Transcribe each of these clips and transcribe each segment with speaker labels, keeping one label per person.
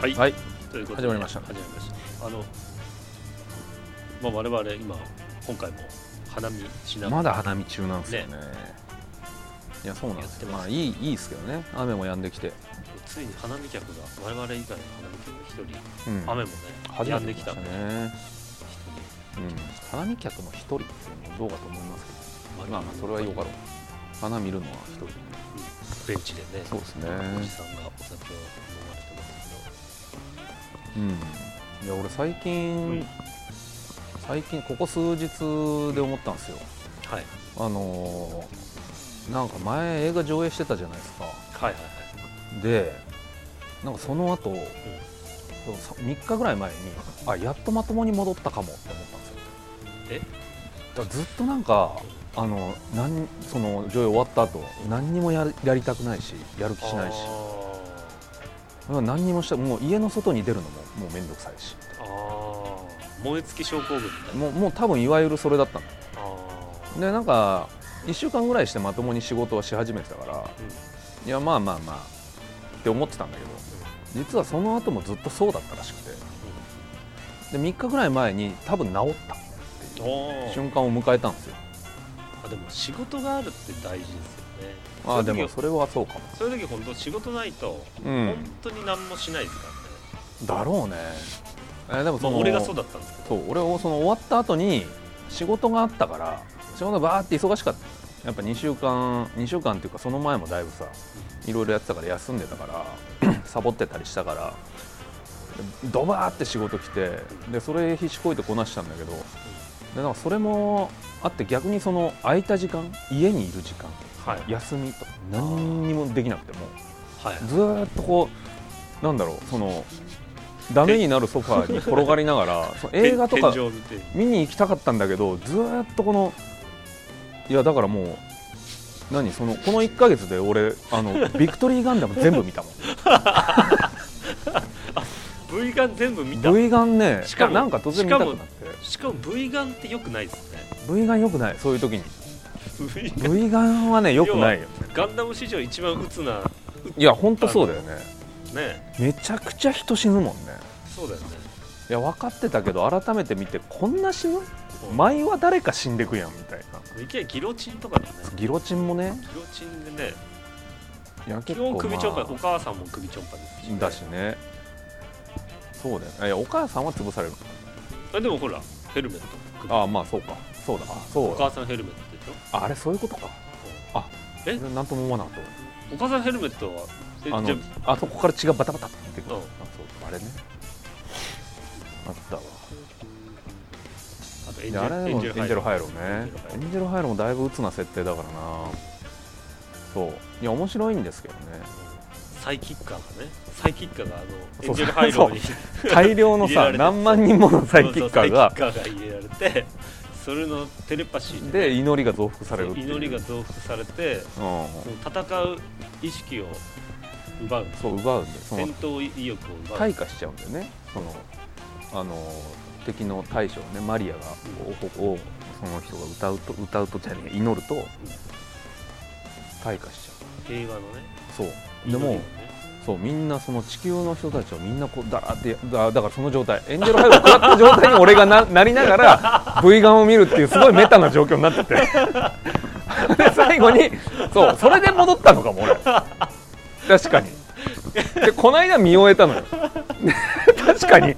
Speaker 1: はい、
Speaker 2: はい
Speaker 1: ということで
Speaker 2: 始まりました
Speaker 1: 始まりましたあの、まあ、我々今今回も花見しながら
Speaker 2: まだ花見中なんですよねいやそうなんですよ
Speaker 1: やってます
Speaker 2: まあいいいいですけどね雨も止んできて、
Speaker 1: ついに花見客が我々以外の花見客が
Speaker 2: うん
Speaker 1: 1人、雨もね
Speaker 2: 初
Speaker 1: や
Speaker 2: め
Speaker 1: ん
Speaker 2: て
Speaker 1: で
Speaker 2: 見
Speaker 1: き
Speaker 2: ま
Speaker 1: た
Speaker 2: し
Speaker 1: ん
Speaker 2: た
Speaker 1: で
Speaker 2: ね、
Speaker 1: 一
Speaker 2: うん、花見客の一人っていうのもどうかと思いますけ
Speaker 1: 人
Speaker 2: どまあまあそれはよかろう花見るのは一人
Speaker 1: ベンチでね
Speaker 2: そうですね
Speaker 1: おじさんがお酒を飲まれてます
Speaker 2: うんいや俺最近、
Speaker 1: うん
Speaker 2: 最近ここ数日で思ったんですよ
Speaker 1: けどはい
Speaker 2: あのーなんか前映画上映してたじゃないですか
Speaker 1: はいはいはい
Speaker 2: でなんかその後、3日ぐらい前にあやっとまともに戻ったかもって思ったんですよ
Speaker 1: え
Speaker 2: だからずっとなんかあのなんその上映終わった後何にもやるやりたくないしやる気しないし
Speaker 1: あ
Speaker 2: 何にもしたもう家の外に出るのももう面倒くさいし
Speaker 1: ーあー燃え尽き症候群みたいな
Speaker 2: もうもう多分いわゆるそれだったの
Speaker 1: あー
Speaker 2: でなんか1週間ぐらいしてまともに仕事をし始めてたから
Speaker 1: うん
Speaker 2: いやまあまあまあって思ってたんだけど実はその後もずっとそうだったらしくてで3日ぐらい前に多分治ったっていう
Speaker 1: あー
Speaker 2: 瞬間を迎えたんですよ
Speaker 1: あでも仕事があるって大事ですよね
Speaker 2: ああで
Speaker 1: そういう
Speaker 2: も
Speaker 1: 時
Speaker 2: それはそうかも
Speaker 1: そういう時本当仕事ないと
Speaker 2: うん
Speaker 1: 本当に何もしないですからね、
Speaker 2: だろうねえーでも
Speaker 1: ま
Speaker 2: そ
Speaker 1: あ、
Speaker 2: の
Speaker 1: 俺がそうだったんですけど
Speaker 2: そう俺をその終わった後に仕事があったから仕事バーって忙しかったやっぱ2週間2週間っていうかその前もだいぶさいろいろやってたから休んでたから サボってたりしたからドバーって仕事来てでそれ必死こいてこなしたんだけどでなんかそれもあって逆にその空いた時間家にいる時間
Speaker 1: はいはい
Speaker 2: 休みとか何にもできなくても
Speaker 1: はい
Speaker 2: ずーっとこうなんだろうそのダメになるソファーに転がりながらその映画とか
Speaker 1: 天井を見て
Speaker 2: 見に行きたかったんだけどずーっとこのいやだからもう何そのこの1か月で俺あのビクトリーガンダム全部見たもん
Speaker 1: V ガン全部 見た
Speaker 2: V ガンね
Speaker 1: しかも
Speaker 2: なんか突然見たくなって
Speaker 1: しかも V ガンってよくないですね
Speaker 2: V ガンよくないそういう時に
Speaker 1: V ガン
Speaker 2: V ガンはねよくないよ
Speaker 1: ガンダム史上一番鬱なね
Speaker 2: いやほんとそうだよねめちゃくちゃ人死ぬもんね
Speaker 1: そうだよね
Speaker 2: いや分かってたけど改めて見てこんな死ぬ
Speaker 1: うん
Speaker 2: 前は誰か死んでくやんみたいない
Speaker 1: きなりギロチンとかだね
Speaker 2: ギロチンもね
Speaker 1: ギロチンでね
Speaker 2: いや
Speaker 1: 基
Speaker 2: 結構、
Speaker 1: 本
Speaker 2: まあ、
Speaker 1: 首ちょんぱいお母さんも首ちょんぱいですしね
Speaker 2: だしねそうだよねいやお母さんは潰される
Speaker 1: あでもほらヘルメット首
Speaker 2: ああまあそうかそうだそ
Speaker 1: お
Speaker 2: うだ
Speaker 1: 母さんヘルメットでしょ
Speaker 2: ああれそういうことかあ
Speaker 1: え
Speaker 2: なんとも思わなかっ
Speaker 1: お母さんヘルメットはえ
Speaker 2: たあ
Speaker 1: じゃ
Speaker 2: の
Speaker 1: あ
Speaker 2: あそこから血がバタバタって出てくる、
Speaker 1: うん
Speaker 2: あそうあれねあったわ
Speaker 1: あとエン
Speaker 2: い
Speaker 1: ジ
Speaker 2: やあれ
Speaker 1: ェ
Speaker 2: で
Speaker 1: ル
Speaker 2: もエンジェルハイロねエ
Speaker 1: エンジェルハイロ
Speaker 2: ンジェルハイロもだいぶ鬱な設定だからなそういや面白いんです けどね
Speaker 1: サイキッカーがねサイキッカーがあのエ
Speaker 2: そ
Speaker 1: ン
Speaker 2: う
Speaker 1: ジェルハイローに
Speaker 2: 大量の
Speaker 1: 入れら
Speaker 2: さ
Speaker 1: れて
Speaker 2: 何万人ものサイキッカーが
Speaker 1: そうそうサイキッカーが入れられてそれのテレパシー
Speaker 2: で
Speaker 1: ね
Speaker 2: 祈りが増幅されるっていう
Speaker 1: 祈りが増幅されて
Speaker 2: うん
Speaker 1: その戦う意識を奪う
Speaker 2: そう奪うんでその
Speaker 1: 戦闘意欲を奪う
Speaker 2: 退化しちゃうんだよねそのあの敵の大将ねマリアがををその人が歌うと歌うとじゃねえ祈ると退化しちゃ
Speaker 1: 平和のね
Speaker 2: うそうで
Speaker 1: 祈り
Speaker 2: も
Speaker 1: をね
Speaker 2: そうみんなその地球の人たちをみんなこうだーってだだからその状態エンジェルハイロー食らった状態に俺がななりながら V ガンを見るっていうすごいメタな状況になっててで最後にそうそれで戻ったのかも俺確かにでこの間見終えたのよで確かに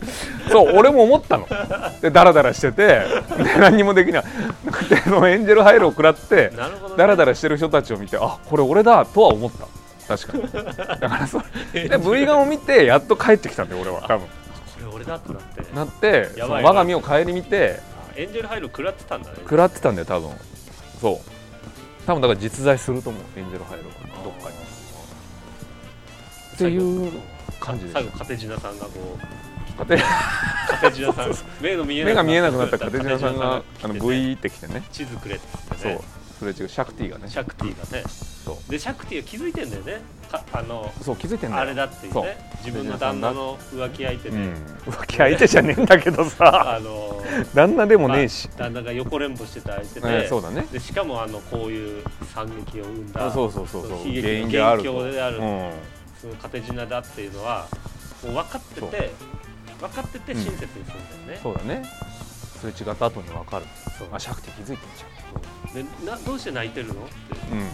Speaker 2: そう俺も思ったのでダラダラしててで何にもできなくてそのエンジェルハイロー食らって
Speaker 1: なるほどね
Speaker 2: ダラダラしてる人たちを見てあこれ俺だとは思った確かに だからそれで V ガンを見てやっと帰ってきたんだよ俺は多分
Speaker 1: これ俺だってなって
Speaker 2: なってそ
Speaker 1: や
Speaker 2: の
Speaker 1: ばい
Speaker 2: 我が身を顧みて
Speaker 1: エンジェルハイロー食らってたんだね
Speaker 2: 食らってたんだよ多分そう多分だから実在すると思うエンジェルハイローがどっかにっていう感じで
Speaker 1: 最後カテジナさんがこう
Speaker 2: 家
Speaker 1: カテジナさん目の見え
Speaker 2: 庭
Speaker 1: な
Speaker 2: 目
Speaker 1: くな
Speaker 2: が
Speaker 1: った
Speaker 2: 見えなくなったカテジナさんがあ
Speaker 1: カ
Speaker 2: の
Speaker 1: テジナさんが来てね
Speaker 2: V ってきてね
Speaker 1: 地図くれっつって
Speaker 2: そ
Speaker 1: ね
Speaker 2: うそれ違うシャクティがね
Speaker 1: シャクティがね
Speaker 2: そ
Speaker 1: でシャクティは気づいてんだよねかあの
Speaker 2: うそう気づいてんだよ
Speaker 1: あれだっていう
Speaker 2: そう
Speaker 1: ね自分の旦那の浮気相手
Speaker 2: う
Speaker 1: で、
Speaker 2: ん浮気相手じゃねえんだけど さ
Speaker 1: あ の
Speaker 2: 旦那でもねえし
Speaker 1: まあ旦那が横連歩してた相手
Speaker 2: え
Speaker 1: で,、
Speaker 2: ーそうだね
Speaker 1: でしかもあのこういう惨劇を生んだ
Speaker 2: あそうそうそうそう
Speaker 1: 悲劇
Speaker 2: 原因であると
Speaker 1: 元凶である
Speaker 2: うん
Speaker 1: そのカテジナだっていうのはもう分かって
Speaker 2: そう
Speaker 1: て分かってて
Speaker 2: うん
Speaker 1: 親切にするんだよね、
Speaker 2: そうだねすれ違った後に分かる
Speaker 1: そう
Speaker 2: あシャクって気づいてんじ
Speaker 1: でなどうして泣いてるのって
Speaker 2: ゃんうん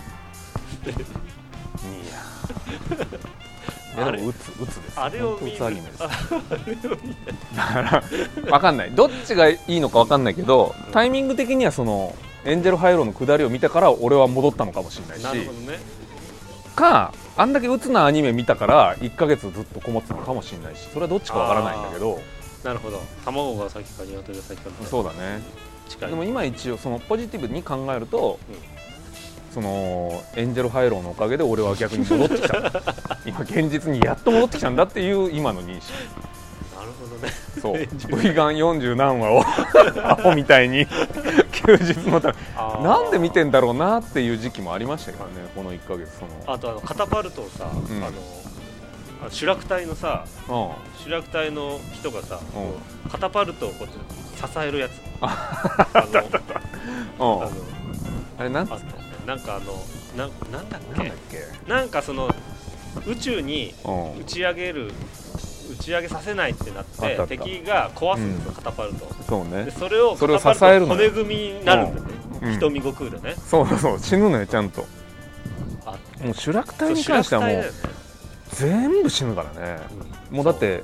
Speaker 2: い
Speaker 1: あ
Speaker 2: や で
Speaker 1: れ
Speaker 2: もうつうつです
Speaker 1: あれを見
Speaker 2: う
Speaker 1: る
Speaker 2: つアニメです
Speaker 1: あ
Speaker 2: 分かんないどっちがいいのか分かんないけどタイミング的にはそのエンジェルハイローの下りを見たから俺は戻ったのかもしれ
Speaker 1: な
Speaker 2: ない
Speaker 1: る
Speaker 2: し
Speaker 1: ほどね
Speaker 2: かあんだけ鬱なアニメ見たから1ヶ月ずっとこもってたのかもしれないしそれはどっちか分からないんだけど
Speaker 1: なるほど卵が先か鶏が先かみたいな
Speaker 2: そうだね
Speaker 1: 近い
Speaker 2: でも今一応そのポジティブに考えると、
Speaker 1: うん
Speaker 2: そのエンジェルハイローのおかげで俺は逆に戻ってき た今現実にやっと戻ってきたんだっていう今の認識
Speaker 1: なるほどね
Speaker 2: そう
Speaker 1: エンジェル
Speaker 2: V ガン40何話を アホみたいに 休日のため
Speaker 1: あー
Speaker 2: なんで見てんだろうなっていう時期もありましたけどねこの1ヶ月その
Speaker 1: あとあのカタパルトをさ、
Speaker 2: ん
Speaker 1: あのあ主楽隊のさ
Speaker 2: うん
Speaker 1: 主楽隊の人がさ、こうカタパルトをこう支えるやつあの
Speaker 2: うん
Speaker 1: あの
Speaker 2: あれなん
Speaker 1: あな
Speaker 2: なんだっ
Speaker 1: んかあのなんなんだっけ
Speaker 2: け
Speaker 1: なんかその宇宙に
Speaker 2: うん
Speaker 1: 打ち上げる打ち上げさせないってなっ
Speaker 2: あった
Speaker 1: て
Speaker 2: あった
Speaker 1: 敵が壊すんですよ、
Speaker 2: うん
Speaker 1: カタパルトを
Speaker 2: そう
Speaker 1: で
Speaker 2: ね
Speaker 1: それを
Speaker 2: それを支
Speaker 1: カタパルト
Speaker 2: えるの
Speaker 1: 骨
Speaker 2: よ
Speaker 1: 組みになるんだよね、
Speaker 2: うん
Speaker 1: 瞳悟空でね
Speaker 2: そうだそう死ぬのよちゃんと
Speaker 1: あ
Speaker 2: もう主楽
Speaker 1: そ
Speaker 2: 隊
Speaker 1: う
Speaker 2: に関してはも
Speaker 1: 主
Speaker 2: う
Speaker 1: 楽隊
Speaker 2: 全部死ぬからね
Speaker 1: だよね
Speaker 2: もうだって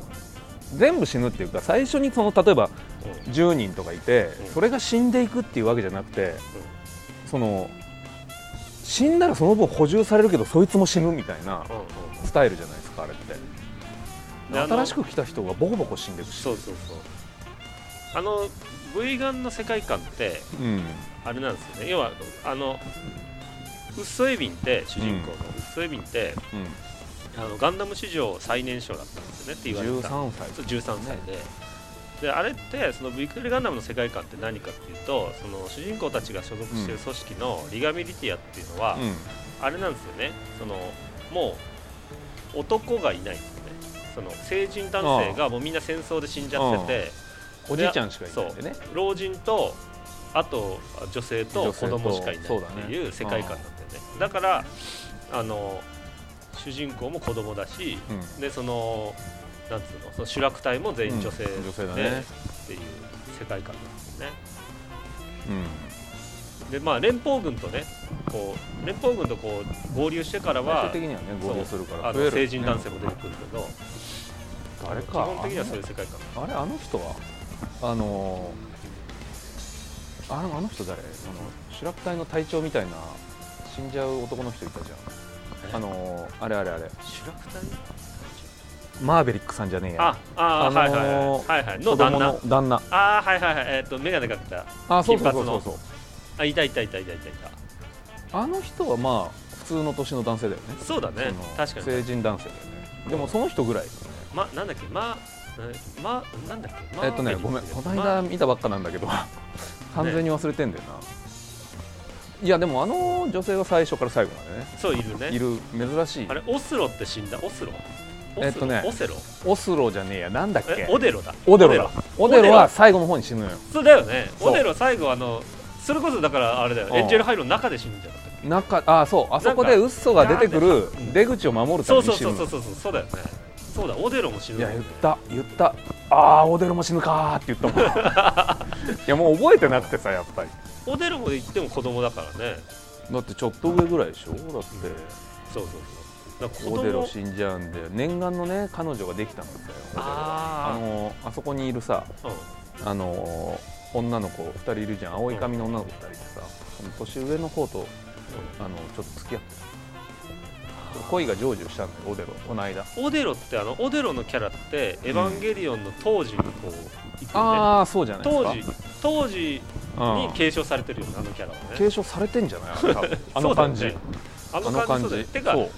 Speaker 2: 全部死ぬっていうか最初にその例えば
Speaker 1: そううん
Speaker 2: 10人とかいて
Speaker 1: うん
Speaker 2: それが死んでいくっていうわけじゃなくてその死んだらその分補充されるけどそいつも死ぬみたい
Speaker 1: う
Speaker 2: な
Speaker 1: んうん
Speaker 2: スタイルじゃないですかあれって
Speaker 1: であの
Speaker 2: 新しく来た人がボコボコ死んでいくし
Speaker 1: そうそうそうあの V ガンの世界観って
Speaker 2: うん
Speaker 1: あれなんですよね要はあのウッソエビンって主人公のウッソエビンって、あのガンダム史上最年少だったんですよねって言われてた
Speaker 2: 13歳
Speaker 1: そう13歳で,、であれってそのビクルガンダムの世界観って何かっていうとその主人公たちが所属している組織のリガミリティアっていうのは、
Speaker 2: う
Speaker 1: あれなんですよねそのもう男がいないんですよねその成人男性がもうみんな戦争で死んじゃってて
Speaker 2: んおじいちゃんしかいないんでね
Speaker 1: 老人とあと女性と
Speaker 2: 女
Speaker 1: 子
Speaker 2: 性と
Speaker 1: 供しかいない
Speaker 2: そうだ
Speaker 1: っ
Speaker 2: ね
Speaker 1: ていう世界観なんだよねだからあの主人公も子供だし
Speaker 2: うん
Speaker 1: でそのなんつうのその主楽隊も全員女性で、
Speaker 2: うん女性だね
Speaker 1: っていう世界観なんですよね
Speaker 2: うん
Speaker 1: でまあ連邦軍とねこう連邦軍とこう合流してから
Speaker 2: 最終
Speaker 1: は
Speaker 2: 的にはね合流するか
Speaker 1: あ
Speaker 2: ら増え
Speaker 1: の
Speaker 2: る
Speaker 1: 成人男性も出てくるけど、
Speaker 2: あれ
Speaker 1: 基
Speaker 2: か
Speaker 1: 本的にはそういう世界観
Speaker 2: あれあの人はあのーあのあの人誰その主楽隊の隊長みたいな死んじゃう男の人いたじゃんあのーあれあれあれ
Speaker 1: 主楽隊
Speaker 2: マーベリックさんじゃねえや
Speaker 1: ああ、
Speaker 2: あのー
Speaker 1: はいはいはいはいはいの旦那
Speaker 2: 子供の旦那
Speaker 1: ああはいはいはいえっ、と眼鏡かけた
Speaker 2: あそうそ
Speaker 1: 金
Speaker 2: うそ
Speaker 1: 髪
Speaker 2: うそ
Speaker 1: の
Speaker 2: うそう
Speaker 1: あいたいたいたいたいたい
Speaker 2: あの人はまあ普通の年の男性だよね
Speaker 1: たそうだね
Speaker 2: その
Speaker 1: 確かに
Speaker 2: 成人男性だよねでもその人ぐらい
Speaker 1: まなんだっけままなんだっけ、ま
Speaker 2: えっとねごめんこの間見たばっかなんだけど 完全に忘れてんだよな、いやでもあの女性は最初から最後までね
Speaker 1: そういるね
Speaker 2: いる珍しい
Speaker 1: あれオスロって死んだオスロオスロ
Speaker 2: えっとね
Speaker 1: オセロ
Speaker 2: オスロじゃねえやなんだっ
Speaker 1: え
Speaker 2: け
Speaker 1: オデロだ
Speaker 2: オデロだオデ
Speaker 1: オデ
Speaker 2: ロ
Speaker 1: ロ
Speaker 2: は最後の方に死ぬのよ
Speaker 1: そうだよね
Speaker 2: そう
Speaker 1: オデロ最後あのそれこそだからあれだ
Speaker 2: う
Speaker 1: よ
Speaker 2: ん
Speaker 1: エンジェルハイロの中で死んじゃった
Speaker 2: 中あそうあそこで
Speaker 1: なん
Speaker 2: ウッソが出てくる
Speaker 1: ん
Speaker 2: 出口を守るた
Speaker 1: そ
Speaker 2: め
Speaker 1: うそ
Speaker 2: に
Speaker 1: う
Speaker 2: 死
Speaker 1: そう
Speaker 2: ぬ
Speaker 1: そう
Speaker 2: の
Speaker 1: そうそうだよねそうだオデロも死ぬ
Speaker 2: い
Speaker 1: んだ
Speaker 2: や
Speaker 1: よね
Speaker 2: 言った言ったあーオデロも死ぬかーって言ったもんい やもう覚えてなくてさやっぱり
Speaker 1: オデロも言っても子供だからね
Speaker 2: だってちょっと上ぐらいでしょだって
Speaker 1: そうそうそうだから子供
Speaker 2: オデロ死んじゃうんで念願のね彼女ができたんだよオデロあ
Speaker 1: あー
Speaker 2: のーあそこにいるさ
Speaker 1: うん
Speaker 2: あのー女の子2人いるじゃん青い髪の女の子2人でさ、年上の方とあのちょっと付き合ってる恋が成就したんだよオデロこの間
Speaker 1: オデロってあのオデロのキャラって「エヴァンゲリオン」の当時にこう行くよね
Speaker 2: ああそうじゃないです
Speaker 1: 当
Speaker 2: か
Speaker 1: 時当時
Speaker 2: うん
Speaker 1: に継承されてるよねあのキャラはね
Speaker 2: 継承されてんじゃないあ れ多分あの感じ、
Speaker 1: そうだよねあ
Speaker 2: あ
Speaker 1: の
Speaker 2: の
Speaker 1: 感
Speaker 2: 感
Speaker 1: じそ
Speaker 2: じ
Speaker 1: うだよてか
Speaker 2: そう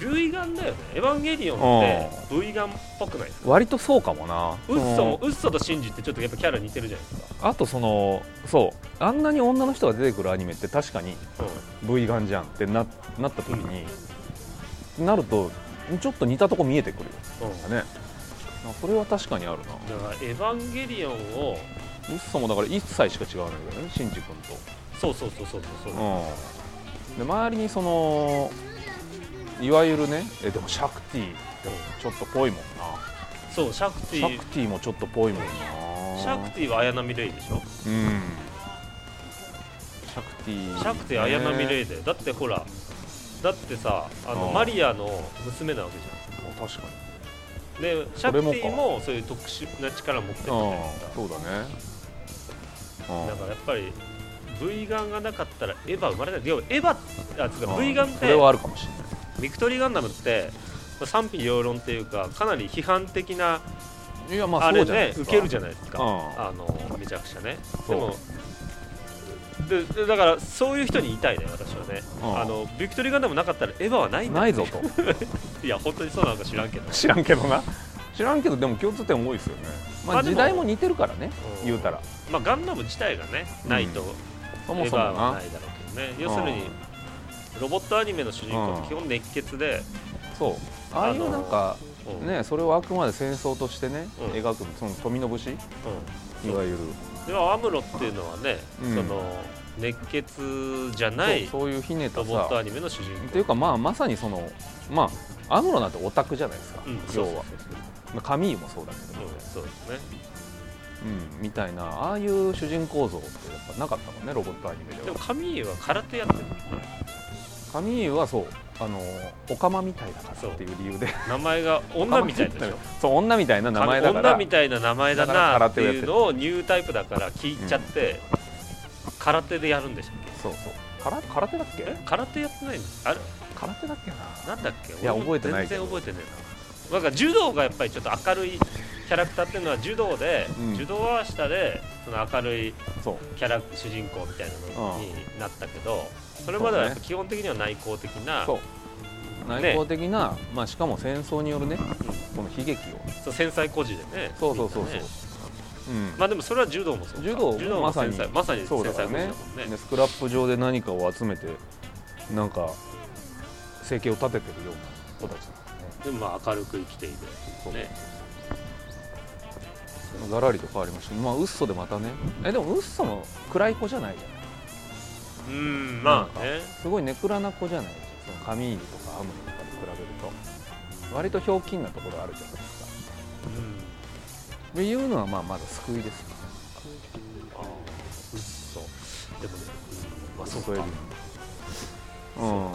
Speaker 1: 類眼だよねエヴァンゲリオンって V 眼っぽくないですか
Speaker 2: 割とそうかもな
Speaker 1: ウッソも
Speaker 2: その
Speaker 1: ウッソとシンジってちょっとやっぱキャラ似てるじゃないですか
Speaker 2: あとそのそうあんなに女の人が出てくるアニメって確かに V ガンじゃんってななった時に、なるとちょっと似たとこ見えてくるよ
Speaker 1: うんうんだか
Speaker 2: ねあそれは確かにあるな
Speaker 1: らエヴァンゲリオンを
Speaker 2: ウッソもだから1歳しか違わないんだよねシンジ君と
Speaker 1: そうそうそうそうそうそう
Speaker 2: うんで周りにそのいわゆるねえでもシャクティでもちょっとぽいもんな
Speaker 1: そうシャクテ
Speaker 2: シャ
Speaker 1: ィ
Speaker 2: クティもちょっとぽいもんな
Speaker 1: シャクティは綾波レイでしょ
Speaker 2: うんシャクティ
Speaker 1: シャクティ綾波レ
Speaker 2: イ
Speaker 1: イだよだってほらだってさあ
Speaker 2: あ
Speaker 1: の
Speaker 2: ー
Speaker 1: マリアの娘なわけじゃ
Speaker 2: 確かに
Speaker 1: んでシャ
Speaker 2: それ
Speaker 1: ク
Speaker 2: もか
Speaker 1: ティもそういう特殊な力持ってるじゃないですか
Speaker 2: あそうだね
Speaker 1: だ
Speaker 2: あ
Speaker 1: からやっぱり V ガンがなかったらエヴァ生まれないでもエヴァあつうか V ガンっ
Speaker 2: そ
Speaker 1: て
Speaker 2: れはあるかもしれ
Speaker 1: ビクトリーガンダムってまあ賛否両論っていうかかなり批判的な
Speaker 2: ないいやまあ
Speaker 1: あ
Speaker 2: そ
Speaker 1: れ
Speaker 2: うじゃな
Speaker 1: ね
Speaker 2: いですか
Speaker 1: 受けるじゃないですか
Speaker 2: うん
Speaker 1: あのめちゃくちゃね
Speaker 2: そ
Speaker 1: で
Speaker 2: う
Speaker 1: もででだからそういう人に言いたいね私はね
Speaker 2: うん
Speaker 1: あのビクトリーガンダムなかったらエヴァはないんだ
Speaker 2: ないぞと
Speaker 1: いや本当にそうなのか知らんけど
Speaker 2: 知らんけどな知らんけどでも共通点多いですよねま
Speaker 1: ま
Speaker 2: あ
Speaker 1: あでも
Speaker 2: 時代も似てるからね
Speaker 1: うん
Speaker 2: 言うたら
Speaker 1: まあガンダム自体がねないと
Speaker 2: そ
Speaker 1: エ
Speaker 2: も
Speaker 1: ヴ
Speaker 2: そ
Speaker 1: ァ
Speaker 2: も
Speaker 1: は
Speaker 2: な
Speaker 1: ないだろうけどね要するにロボットアニメの主人公って基本熱血で
Speaker 2: そうああい
Speaker 1: あの
Speaker 2: うなんか
Speaker 1: うん
Speaker 2: ねそれをあくまで戦争としてね
Speaker 1: うん
Speaker 2: 描くその富の節
Speaker 1: うん
Speaker 2: いわゆる
Speaker 1: でもアムロっていうのはね、
Speaker 2: うん
Speaker 1: その熱血じゃない
Speaker 2: そうそういうひねった
Speaker 1: ロボット
Speaker 2: さ
Speaker 1: アニメの主人公
Speaker 2: っていうかまあまさにそのまあアムロなんてオタクじゃないですか
Speaker 1: うん、そう
Speaker 2: 要
Speaker 1: そう
Speaker 2: はまあカミーユもそうだけど
Speaker 1: そうそうですね
Speaker 2: うんみたいなああいう主人公像ってやっぱなかったもんねロボットアニメで
Speaker 1: で
Speaker 2: は
Speaker 1: も神は空手やってる
Speaker 2: カミーユはそうあのオカマみたいだからっていう理由で
Speaker 1: 名前が女みたいでしょ
Speaker 2: そう女みたいな名前だか
Speaker 1: 女
Speaker 2: ら
Speaker 1: みたいな名前だ
Speaker 2: だから
Speaker 1: な
Speaker 2: 空
Speaker 1: って
Speaker 2: 手をやって
Speaker 1: い
Speaker 2: る
Speaker 1: うのをニュータイプだから聞いちゃって、空手でやるんでしたっ
Speaker 2: そうそう空空手だっ
Speaker 1: けえ
Speaker 2: け
Speaker 1: 空手やってないのあれ
Speaker 2: 空手だっけな
Speaker 1: なんだっけ
Speaker 2: いや
Speaker 1: 俺も
Speaker 2: 覚えてないけ
Speaker 1: 全
Speaker 2: ど
Speaker 1: 然覚えてねえななんか柔道がやっぱりちょっと明るいキャラクターっていうのは柔道で、
Speaker 2: うん
Speaker 1: 柔道は下でその明るい
Speaker 2: そう
Speaker 1: キャラ主人公みたいなのになったけど、それまではやっぱ基本的には内向的な
Speaker 2: そうう内向的な、まあしかも戦争によるね
Speaker 1: ん
Speaker 2: この悲劇を
Speaker 1: そう繊細孤児でね
Speaker 2: そうそうそう
Speaker 1: みんな
Speaker 2: そう
Speaker 1: ね、
Speaker 2: うん
Speaker 1: まあでもそれは柔道もそうか
Speaker 2: 柔道も
Speaker 1: も繊細ま
Speaker 2: ま
Speaker 1: さ
Speaker 2: さ
Speaker 1: に
Speaker 2: に
Speaker 1: 繊
Speaker 2: そ
Speaker 1: 細
Speaker 2: うだから
Speaker 1: 孤児だもん
Speaker 2: ね
Speaker 1: ね
Speaker 2: でスクラップ上で何かを集めてなんか生計を立ててるような子たちなんで
Speaker 1: でもまあ明るく生きている
Speaker 2: そう
Speaker 1: ね
Speaker 2: すねがらりと変わりましたまあウッソでまたねえでもウッソも暗い子じゃないじゃない
Speaker 1: うんまあね
Speaker 2: すごいネクラな子じゃないそのカミーユとかアムロとかに比べると割とひょうきんなところあるじゃないですか
Speaker 1: うん
Speaker 2: でいうのはまあまだ救いですよ
Speaker 1: ああうっそでもね、うん、まあそう
Speaker 2: ウッソ
Speaker 1: か
Speaker 2: よりも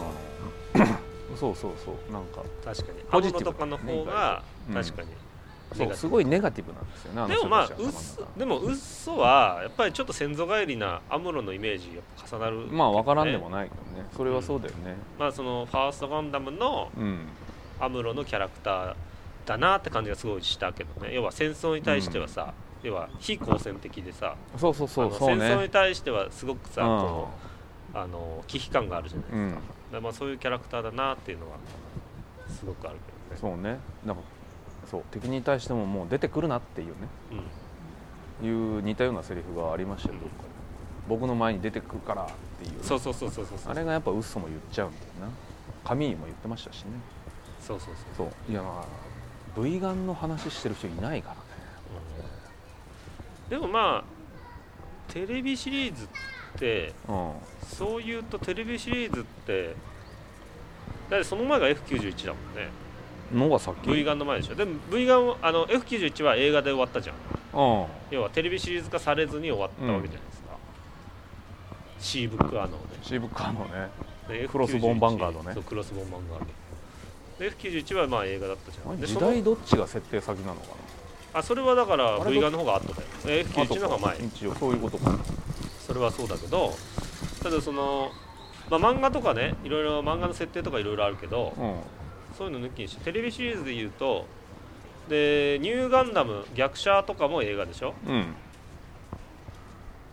Speaker 2: うんそうそうそうなんか
Speaker 1: 確かにア
Speaker 2: ポ
Speaker 1: ム
Speaker 2: ジテ
Speaker 1: ロ
Speaker 2: ィブ
Speaker 1: とかの方が
Speaker 2: ね意外
Speaker 1: 確
Speaker 2: と
Speaker 1: かに、
Speaker 2: そ
Speaker 1: ネガテ
Speaker 2: う
Speaker 1: ィブ
Speaker 2: すごいネガティブなんですよね
Speaker 1: でもまあ
Speaker 2: う
Speaker 1: うっそでもうっそはやっぱりちょっと先祖返りなアムロのイメージやっぱ重なる
Speaker 2: まあ分からんでもないけどねそれはそうだよね
Speaker 1: まあそのファーストガンダムの
Speaker 2: うん
Speaker 1: アムロのキャラクターだなって感じがすごいしたけどね要は戦争に対してはさ、要は非抗戦的でさ
Speaker 2: そうそうそ
Speaker 1: あ
Speaker 2: う
Speaker 1: の
Speaker 2: そう
Speaker 1: 戦争
Speaker 2: ね
Speaker 1: に対してはすごくさ、
Speaker 2: うん
Speaker 1: こうあの危機感があるじゃないですか,、
Speaker 2: うん
Speaker 1: だからまあ、そういうキャラクターだなっていうのはすごくあるけどね
Speaker 2: そうねなんかそう敵に対してももう出てくるなっていうね
Speaker 1: う、ん、
Speaker 2: いう似たようなセリフがありましたよどっかで僕の前に出てくるからっていう
Speaker 1: そうそうそうそうそうそう
Speaker 2: あれがやっぱウッソも言っちゃうんだよな神井も言ってましたしね
Speaker 1: そうそうそう
Speaker 2: そういやまあ V ガンの話してる人いないからね
Speaker 1: うんでもまあテレビシリーズって
Speaker 2: うん
Speaker 1: そういうとテレビシリーズってだってその前が F91 だもんね
Speaker 2: のがさっき
Speaker 1: V ガンの前でしょでも V ガンはあの F91 は映画で終わったじゃん
Speaker 2: うん
Speaker 1: 要はテレビシリーズ化されずに終わったわけじゃないですか、シーブックアノー
Speaker 2: シーブカーのね
Speaker 1: でで
Speaker 2: クロスボーンバンガードね
Speaker 1: そうクロスボーンバンガードで F91 はまあ映画だったじゃんで
Speaker 2: 時
Speaker 1: その
Speaker 2: 代どっちが設定先なのか
Speaker 1: あそれはだから
Speaker 2: あれ
Speaker 1: V ガンの方が後だよで
Speaker 2: な
Speaker 1: F91 の方が前
Speaker 2: 一応そういうことか
Speaker 1: それはそうだけどただその、まあ、漫画とかねいろいろ漫画の設定とかいろいろあるけど
Speaker 2: うん
Speaker 1: そういうの抜きにしてテレビシリーズで言うとでニューガンダム逆者とかも映画でしょ
Speaker 2: うん
Speaker 1: だか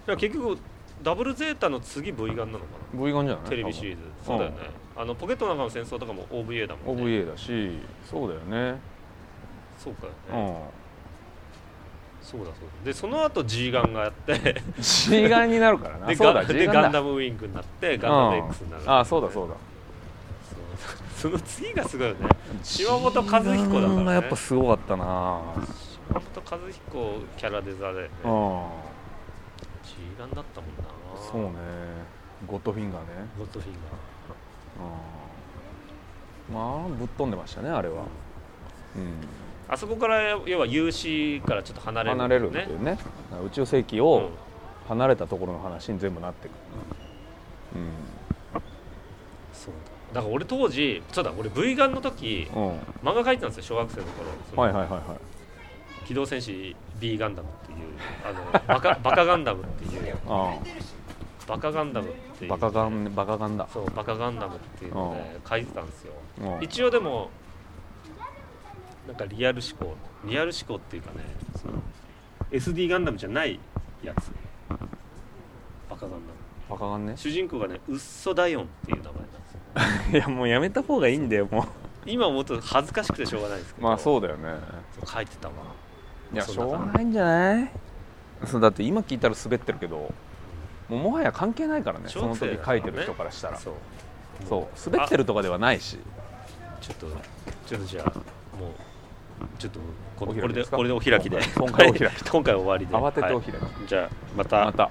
Speaker 1: ら結局ダブルゼータの次 V ガンなのか
Speaker 2: V ガンじゃな
Speaker 1: ないテレビシリーズそうだよねあのポケットの中の戦争とかも OVA だ
Speaker 2: 多
Speaker 1: もん
Speaker 2: 分
Speaker 1: ね
Speaker 2: OVA だしそうだよね
Speaker 1: そうかよ
Speaker 2: う
Speaker 1: ね、
Speaker 2: ん
Speaker 1: そうだそうだでその後 G ガンがやって
Speaker 2: G ガンになるから
Speaker 1: で
Speaker 2: なそ
Speaker 1: ガ
Speaker 2: うだ
Speaker 1: ン
Speaker 2: G
Speaker 1: で
Speaker 2: ガ
Speaker 1: ガ
Speaker 2: ン
Speaker 1: ン
Speaker 2: だ
Speaker 1: ダムウィングになってガンダム X になる、
Speaker 2: うんあそうだそうだ
Speaker 1: そうその次がすごいよね島本和
Speaker 2: G
Speaker 1: 彦だからね
Speaker 2: ガンがやっぱすごかったな
Speaker 1: 島本和彦キャラデザで、ね、
Speaker 2: うん
Speaker 1: G ガンだったもんな
Speaker 2: そうねゴッドフィンガーね
Speaker 1: ゴッドフィン
Speaker 2: うんまあぶっ飛んでましたねあれはうん
Speaker 1: あそこから要は UC からちょっと離れるんだ
Speaker 2: 離
Speaker 1: よ
Speaker 2: れるっていうねだから宇宙世紀を離れたところの話に全部なってくる
Speaker 1: そうだだから俺当時そうだ俺 V ガンの時
Speaker 2: うん、うんは
Speaker 1: 漫画描いてたんですよ小学生の頃
Speaker 2: い
Speaker 1: その
Speaker 2: はいはいは
Speaker 1: 機動戦士 B ガンダムっていうあのバカ バカガンダムっていう
Speaker 2: い
Speaker 1: バカガンダムって
Speaker 2: う
Speaker 1: い
Speaker 2: ん
Speaker 1: う
Speaker 2: バカガンバカガンだ
Speaker 1: そうバカガンダムっていうので書いてたんですよ
Speaker 2: うん
Speaker 1: 一応でもなんかリアル思考リアル思考っていうかねその SD ガンダムじゃないやつバカガンダム
Speaker 2: バカガンね
Speaker 1: 主人公がねウッソダイオンっていう名前なんですよ
Speaker 2: いやもうやめた方がいいんだよも
Speaker 1: 今思うと恥ずかしくてしょうがないですけ
Speaker 2: う
Speaker 1: ど
Speaker 2: まあそううだよね
Speaker 1: 書いてたわ
Speaker 2: いや
Speaker 1: そ
Speaker 2: し
Speaker 1: んな
Speaker 2: ょ
Speaker 1: 感じ
Speaker 2: うがないんじゃないそうだって今聞いたら滑ってるけどもうもはや関係ないからねそ
Speaker 1: 小
Speaker 2: の
Speaker 1: 学生だ
Speaker 2: 時
Speaker 1: から
Speaker 2: 書
Speaker 1: ね
Speaker 2: いてる人からしたら
Speaker 1: そう
Speaker 2: そう滑ってるとかではないし
Speaker 1: ちょっとちょっとじゃあもうちょっとこ
Speaker 2: お開き
Speaker 1: これ
Speaker 2: で
Speaker 1: です
Speaker 2: か
Speaker 1: これでお開きで
Speaker 2: 今回今回お開 き
Speaker 1: 今回終わりで
Speaker 2: 慌ててお開き
Speaker 1: はいじゃあまた
Speaker 2: また